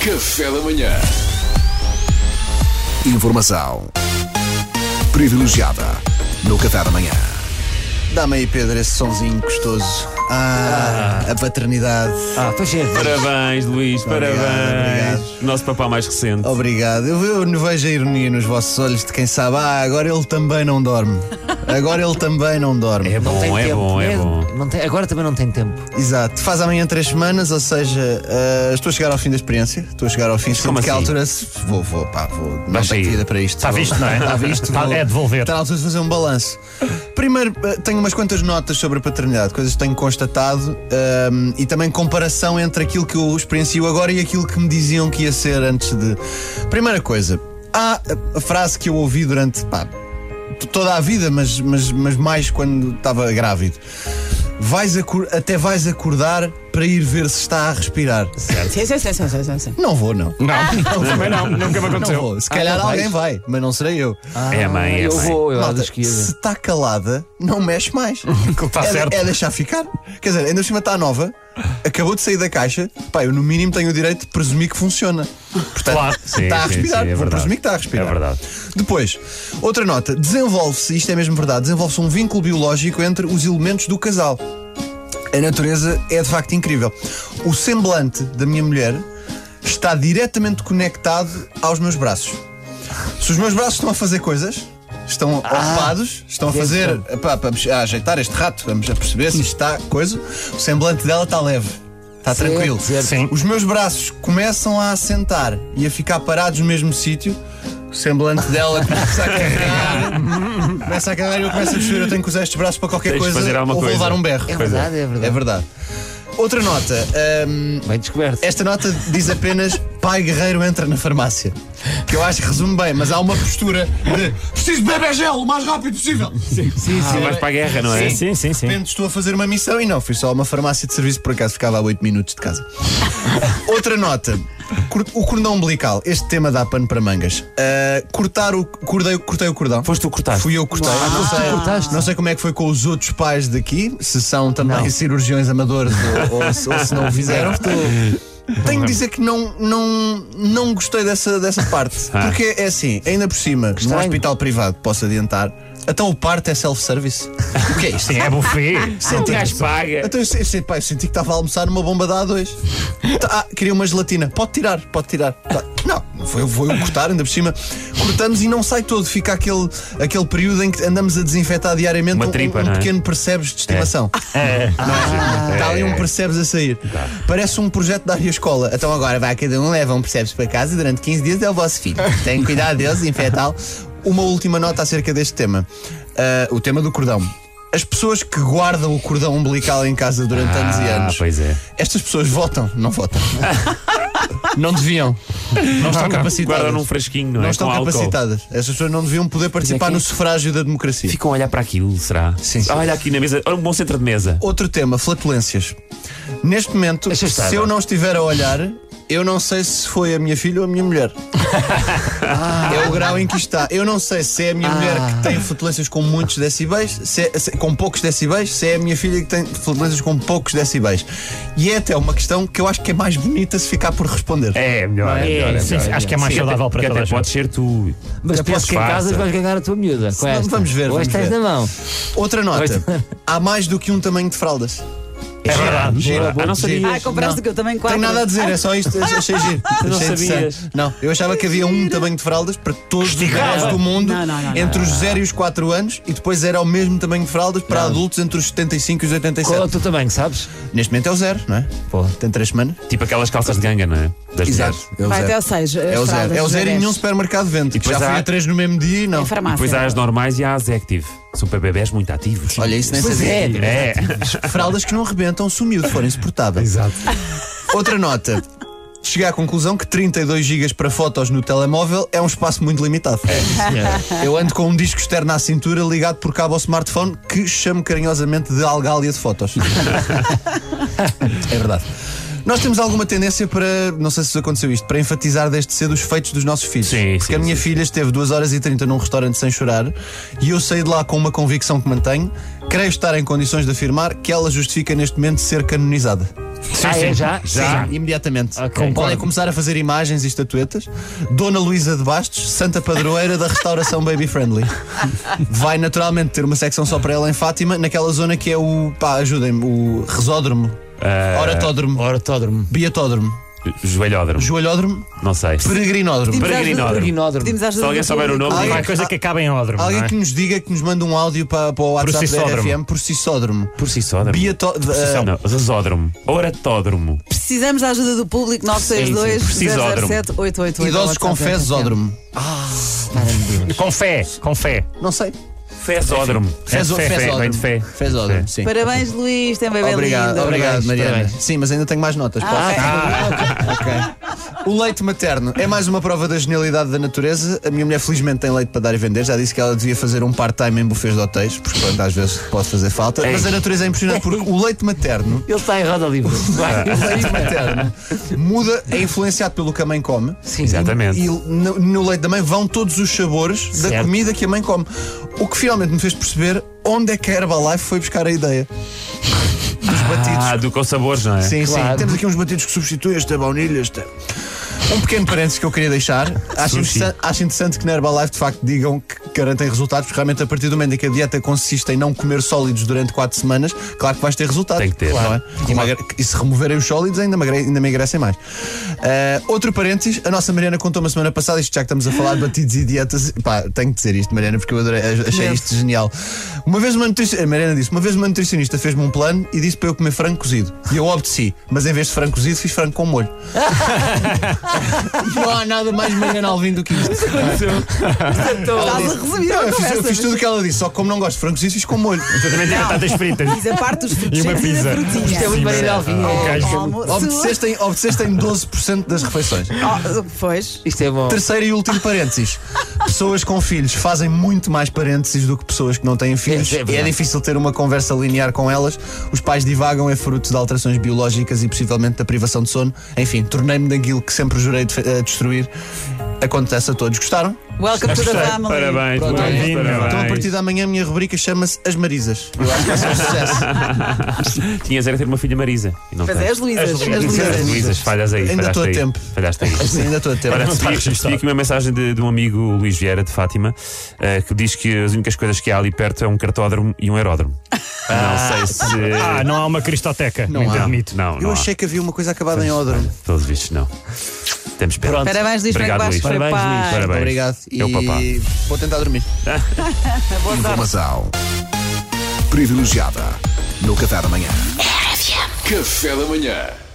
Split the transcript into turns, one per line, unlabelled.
Café da Manhã. Informação privilegiada no Café da Manhã.
Dá-me aí, Pedro, esse sonzinho gostoso. Ah, a paternidade.
Ah, estou cheio.
Parabéns, Luís,
Obrigado,
parabéns.
obrigado.
Nosso papá mais recente.
Obrigado. Eu, eu não vejo a ironia nos vossos olhos de quem sabe. Ah, agora ele também não dorme. Agora ele também não dorme.
É
bom, é bom, é bom.
Não tem, agora também não tem tempo.
Exato. Faz amanhã três semanas, ou seja, ah, estou a chegar ao fim da experiência. Estou a chegar ao fim.
como
Sinto que a
assim?
altura. se- Vou, vou, pá, vou. Não
Vais
tenho
sair.
vida para isto.
Está
Vou-
visto, não é?
Está visto.
Tá-
vou-
é devolver.
Está na altura de fazer um balanço. Primeiro, eh, tenho umas quantas notas sobre a paternidade, coisas que tenho constatado ehm, e também comparação entre aquilo que eu experiencio agora e aquilo que me diziam que ia ser antes de. Primeira coisa, há a- a frase que eu ouvi durante pá, t- toda a vida, mas, mas, mas mais quando estava grávido. Vais acor- até vais acordar para ir ver se está a respirar.
Sim, sim, sim, sim, sim, sim, sim.
Não vou, não.
Não, também não, nunca me
Não
aconteceu. Ah,
vou. Se calhar
não vais?
alguém vai, mas não serei eu.
É a mãe, é a
eu
mãe.
vou, eu à
Malta,
da
se
esquerda.
está calada, não mexe mais.
Está
Tá
é,
certo.
é deixar ficar. Quer dizer, ainda por cima está nova, acabou de sair da caixa. Pá, eu no mínimo tenho o direito de presumir que funciona. Portanto,
Claro.
Sim,
está a
sim,
respirar.
sim, é
Vou
verdade.
presumir que está a respirar.
É verdade.
Depois, outra nota: desenvolve-se, isto é mesmo verdade, desenvolve-se um vínculo biológico entre os elementos do casal. A natureza é de facto incrível. O semblante da minha mulher está diretamente conectado aos meus braços. Se os meus braços estão a fazer coisas, estão
Ah,
ocupados, estão a fazer pá, para a ajeitar este rato, vamos a perceber se isto está coisa, o semblante dela está leve, está
Certo,
tranquilo.
certo.
Sim.
Os meus braços começam a assentar e a ficar parados no mesmo sítio. O semblante dela começa a carregar. começa a carregar e eu começo a perceber. Eu tenho que usar estes braços para qualquer
Tens de
coisa
fazer
ou
alguma
vou
coisa.
levar um berro.
É verdade, é verdade.
É verdade. Outra nota. hum,
Bem descoberto.
esta nota diz apenas pai guerreiro entra na farmácia. Que eu acho que resume bem, mas há uma postura de preciso de beber gel o mais rápido possível. Sim, sim,
Sim, vais para a guerra, não é?
Sim, sim,
de
sim.
repente estou a fazer uma missão e não, fui só a uma farmácia de serviço, por acaso ficava a 8 minutos de casa. Outra nota: Cor- o cordão umbilical. Este tema dá pano para mangas. Ah, cortar o. Cordei, cortei o cordão.
Foste tu que cortaste.
Fui eu que cortei. não, sei,
cortaste.
não sei como é que foi com os outros pais daqui, se são também cirurgiões amadores ou, ou se, ou se não o fizeram. Tenho de dizer que não, não, não gostei dessa, dessa parte.
Ah.
Porque é assim, ainda por cima, num
estranho.
hospital privado, posso adiantar, então o parto é self-service. O que é isto?
Sim, é buffet.
O um gajo paga.
Então eu, sei- eu sei, pá, eu senti que estava a almoçar numa bomba da A2. Tá, ah, queria uma gelatina. Pode tirar, pode tirar. Tá. Não, não foi, eu vou eu cortar, ainda por cima. Cortamos e não sai todo. Fica aquele, aquele período em que andamos a desinfetar diariamente
Uma
um-
tripa,
um, um
não é?
pequeno percebes de estimação.
É.
Está
É.
ali um percebes a sair.
Tá.
Parece um projeto da área escola. Então agora vai cada um leva um percebes para casa e durante 15 dias é o vosso filho. Tem cuidado deles, infectá-lo. Uma última nota acerca deste tema. Ah, o tema do cordão. As pessoas que guardam o cordão umbilical em casa durante anos e
Ah,
anos,
pois é.
estas pessoas votam, não votam. não deviam. Não estão
Guarda num
capacitadas.
fresquinho, não é?
Não estão
Com álcool. é
capacitadas. Estas pessoas não deviam poder participar no sufrágio da democracia.
Ficam a olhar para aquilo, será?
Sim, sim.
Olha aqui na mesa. Olha um bom centro de mesa.
Outro tema, flatulências. Neste momento,
Deixa estar,
se eu
vá.
não estiver a olhar, eu não sei se foi a minha filha ou a minha mulher. É o grau em que isto está. Eu não sei se é a minha mulher que tem flatulências com muitos decibéis, se é- se- com poucos decibéis, se é a minha filha que tem flatulências com poucos decibéis. E é até uma questão que eu acho que é mais bonita se ficar por responder.
É melhor, é melhor. Sim, sim, Acho que é mais
Sim,
saudável
até-
para
que
toda a
até
gente.
pode ser tu.
Mas penso que em
disfarça.
casa vais ganhar a tua miúda. Com
não,
esta.
vamos ver,
Hoje
vamos
estás
ver.
na mão.
Outra nota:
Outra-
há mais do que um tamanho de fraldas.
É verdade.
Gira,
Ah, não sabia.
gira.
Ah, compraste que eu também quatro.
Tenho nada a dizer, é só isto. Achei giro.
Não
Achei
sabias.
interessante. Não, eu achava que havia um tamanho de fraldas para todos os
Esticava.
bebés do mundo
Não, não, não, não,
entre os 0 e os 4 anos e depois era o mesmo tamanho de fraldas para adultos entre os 75 e os
Qual é o
87.
teu tamanho, sabes?
Neste momento é o zero, não é?
Pô.
Tem 3 semanas.
Tipo aquelas calças de ganga, não é? Das mulheres.
É o
Vai até
zero.
ao seis.
É o zero. É o zero e nenhum supermercado vende.
depois
Já fui
há-
a 3 no mesmo dia e não.
Em farmácia.
Depois há as normais e há as active. São para bebés muito ativos.
Olha, isso nem
Pois
sabia.
é.
É.
Fraldas que não rebentam se o miúdo for insuportável.
Exato.
Outra nota. Cheguei à conclusão que 32 GB para fotos no telemóvel é um espaço muito limitado.
É,
Eu ando com um disco externo à cintura ligado por cabo ao smartphone que chamo carinhosamente de algália de fotos. é verdade. Nós temos alguma tendência para, não sei se vos aconteceu isto, para enfatizar desde cedo os feitos dos nossos filhos.
Sim,
Porque
sim,
a minha
sim,
filha esteve 2 horas e 30 num restaurante sem chorar e eu saí de lá com uma convicção que mantenho, creio estar em condições de afirmar que ela justifica neste momento ser canonizada.
ah, é já?
Já, imediatamente.
Ok.
Podem
Concordo.
começar a fazer imagens e estatuetas. Dona Luísa de Bastos, santa padroeira da restauração Baby Friendly. Vai naturalmente ter uma secção só para ela em Fátima, naquela zona que é o. pá, ajudem-me, o resódromo, oratódromo,
Ortódromo.
biatódromo,
Joelhódromo.
joelhódromo,
Não sei.
peregrinódromo.
Pedimos ajuda-
Peregrinódromo.
Peregrinódromo.
Pedimos ajuda
Se alguém
do-
souber o nome,
Alguém-
Alguma
tá-
coisa que acaba em ódromo. não
Alguém
é?
que nos diga, que nos mande um áudio para, para o WhatsApp da
Procissódromo.
FM, procissódromo.
Por si só.
Biató-
Precisão.
eh,
Não, resódromo. Oratódromo.
Precisamos da ajuda do público
Sim, sim.
962 007 888.
Idosos com fezódromo.
Com fé, com fé.
Não sei.
Fezódromo.
Fezo-
É, Fé,
Fezódromo.
Vem de fé.
Fezódromo, sim.
Parabéns, Luís, tem bebê
Obrigado,
lindo.
obrigado,
Parabéns,
Mariana.
parabéns.
Sim, mas ainda tenho mais notas. posso?
Ah, ok.
Ok. O leite materno é mais uma prova da genialidade da natureza. A minha mulher, felizmente, tem leite para dar e vender. Já disse que ela devia fazer um part-time em bufês de hotéis, porque pronto, às vezes pode fazer falta. Mas a natureza é impressionante porque o leite materno.
Ele está em roda livre. Vai.
O leite materno muda, é influenciado pelo que a mãe come.
Sim,
Exatamente.
E no, no leite da mãe vão todos os sabores da
Certo.
comida que a mãe come. O que finalmente me fez perceber onde é que a Herbalife foi buscar a ideia dos batidos.
Ah, do com sabores, não é?
Sim, sim.
Claro.
Temos aqui uns batidos que substituem esta baunilha, esta. Um pequeno parênteses que eu queria deixar. Acho,
Sushi.
interessante, acho interessante que na Herbalife de facto digam que garantem resultados, porque realmente a partir do momento em que a dieta consiste em não comer sólidos durante 4 semanas, claro que vais ter resultado.
Tem que ter.
Não é? E emagre- E se removerem os sólidos, ainda magre- ainda emagrecem mais. Ah, outro parênteses, a nossa Mariana contou-me a semana passada, isto já que estamos a falar de batidos e dietas. Pá, tenho que dizer isto, Mariana, porque eu adorei- achei
Deve.
isto genial. Uma vez uma nutricionista, a Mariana disse, uma vez uma nutricionista fez-me um plano e disse para eu comer frango cozido. E eu obedeci, mas em vez de frango cozido, fiz frango com molho. Não há nada mais Mariana Alvim do que isto. Ela
Estás a
disse-
resumir
Não,
a
eu fiz,
conversa.
eu fiz tudo o que ela disse, só que como não gosto de frango cozido, fiz com molho.
Também tem batatas fritas.
Fiz a parte dos frutos
E uma
secos e da
pizza.
frutinha.
Isto é muito Maria Alvinha.
Oh, amor, sua-
Obedeceste em, obedeceste em 12% das refeições.
Oh, Pois.
Isto é bom.
Terceiro e último parênteses. Pessoas com filhos fazem muito mais parênteses do que pessoas que não têm filhos.
É, é
e é
verdade.
difícil ter uma conversa linear com elas. Os pais divagam, é fruto de alterações biológicas e possivelmente da privação de sono. Enfim, tornei-me daquilo que sempre jurei defe- eh, destruir. Acontece a todos. Gostaram?
Welcome to the
Gostei.
family.
Parabéns,
Pronto,
parabéns,
bem-vindo.
parabéns.
Então, a partir de amanhã, a minha rubrica chama-se As Marisas. Eu acho que vai ser um sucesso.
Tinhas era ter uma filha Marisa. E não
Mas é
tens.
as Luísas.
As
as Luísas.
Luísas, falhas aí.
Ainda
falhaste
estou a
aí,
tempo.
Falhaste aí.
Ainda estou a tempo.
Olha, recebi- recebi aqui uma mensagem de, de um amigo, o Luís Vieira, de Fátima, eh, que diz que as únicas coisas que há ali perto é um cartódromo e um aeródromo. não sei se.
Ah, não há uma cristoteca. Não
há.
admito.
Não, não.
Eu
há.
achei que havia uma coisa acabada em Odrum.
Pelos vistos, não. Temos pena.
Pronto.
Parabéns, Luís Franco
Obrigado, Luís.
Bastos. foi
Parabéns,
pai.
Luís.
Parabéns.
Obrigado. E
É o papá.
vou tentar dormir.
Informação privilegiada no Café da Manhã.
Café da Manhã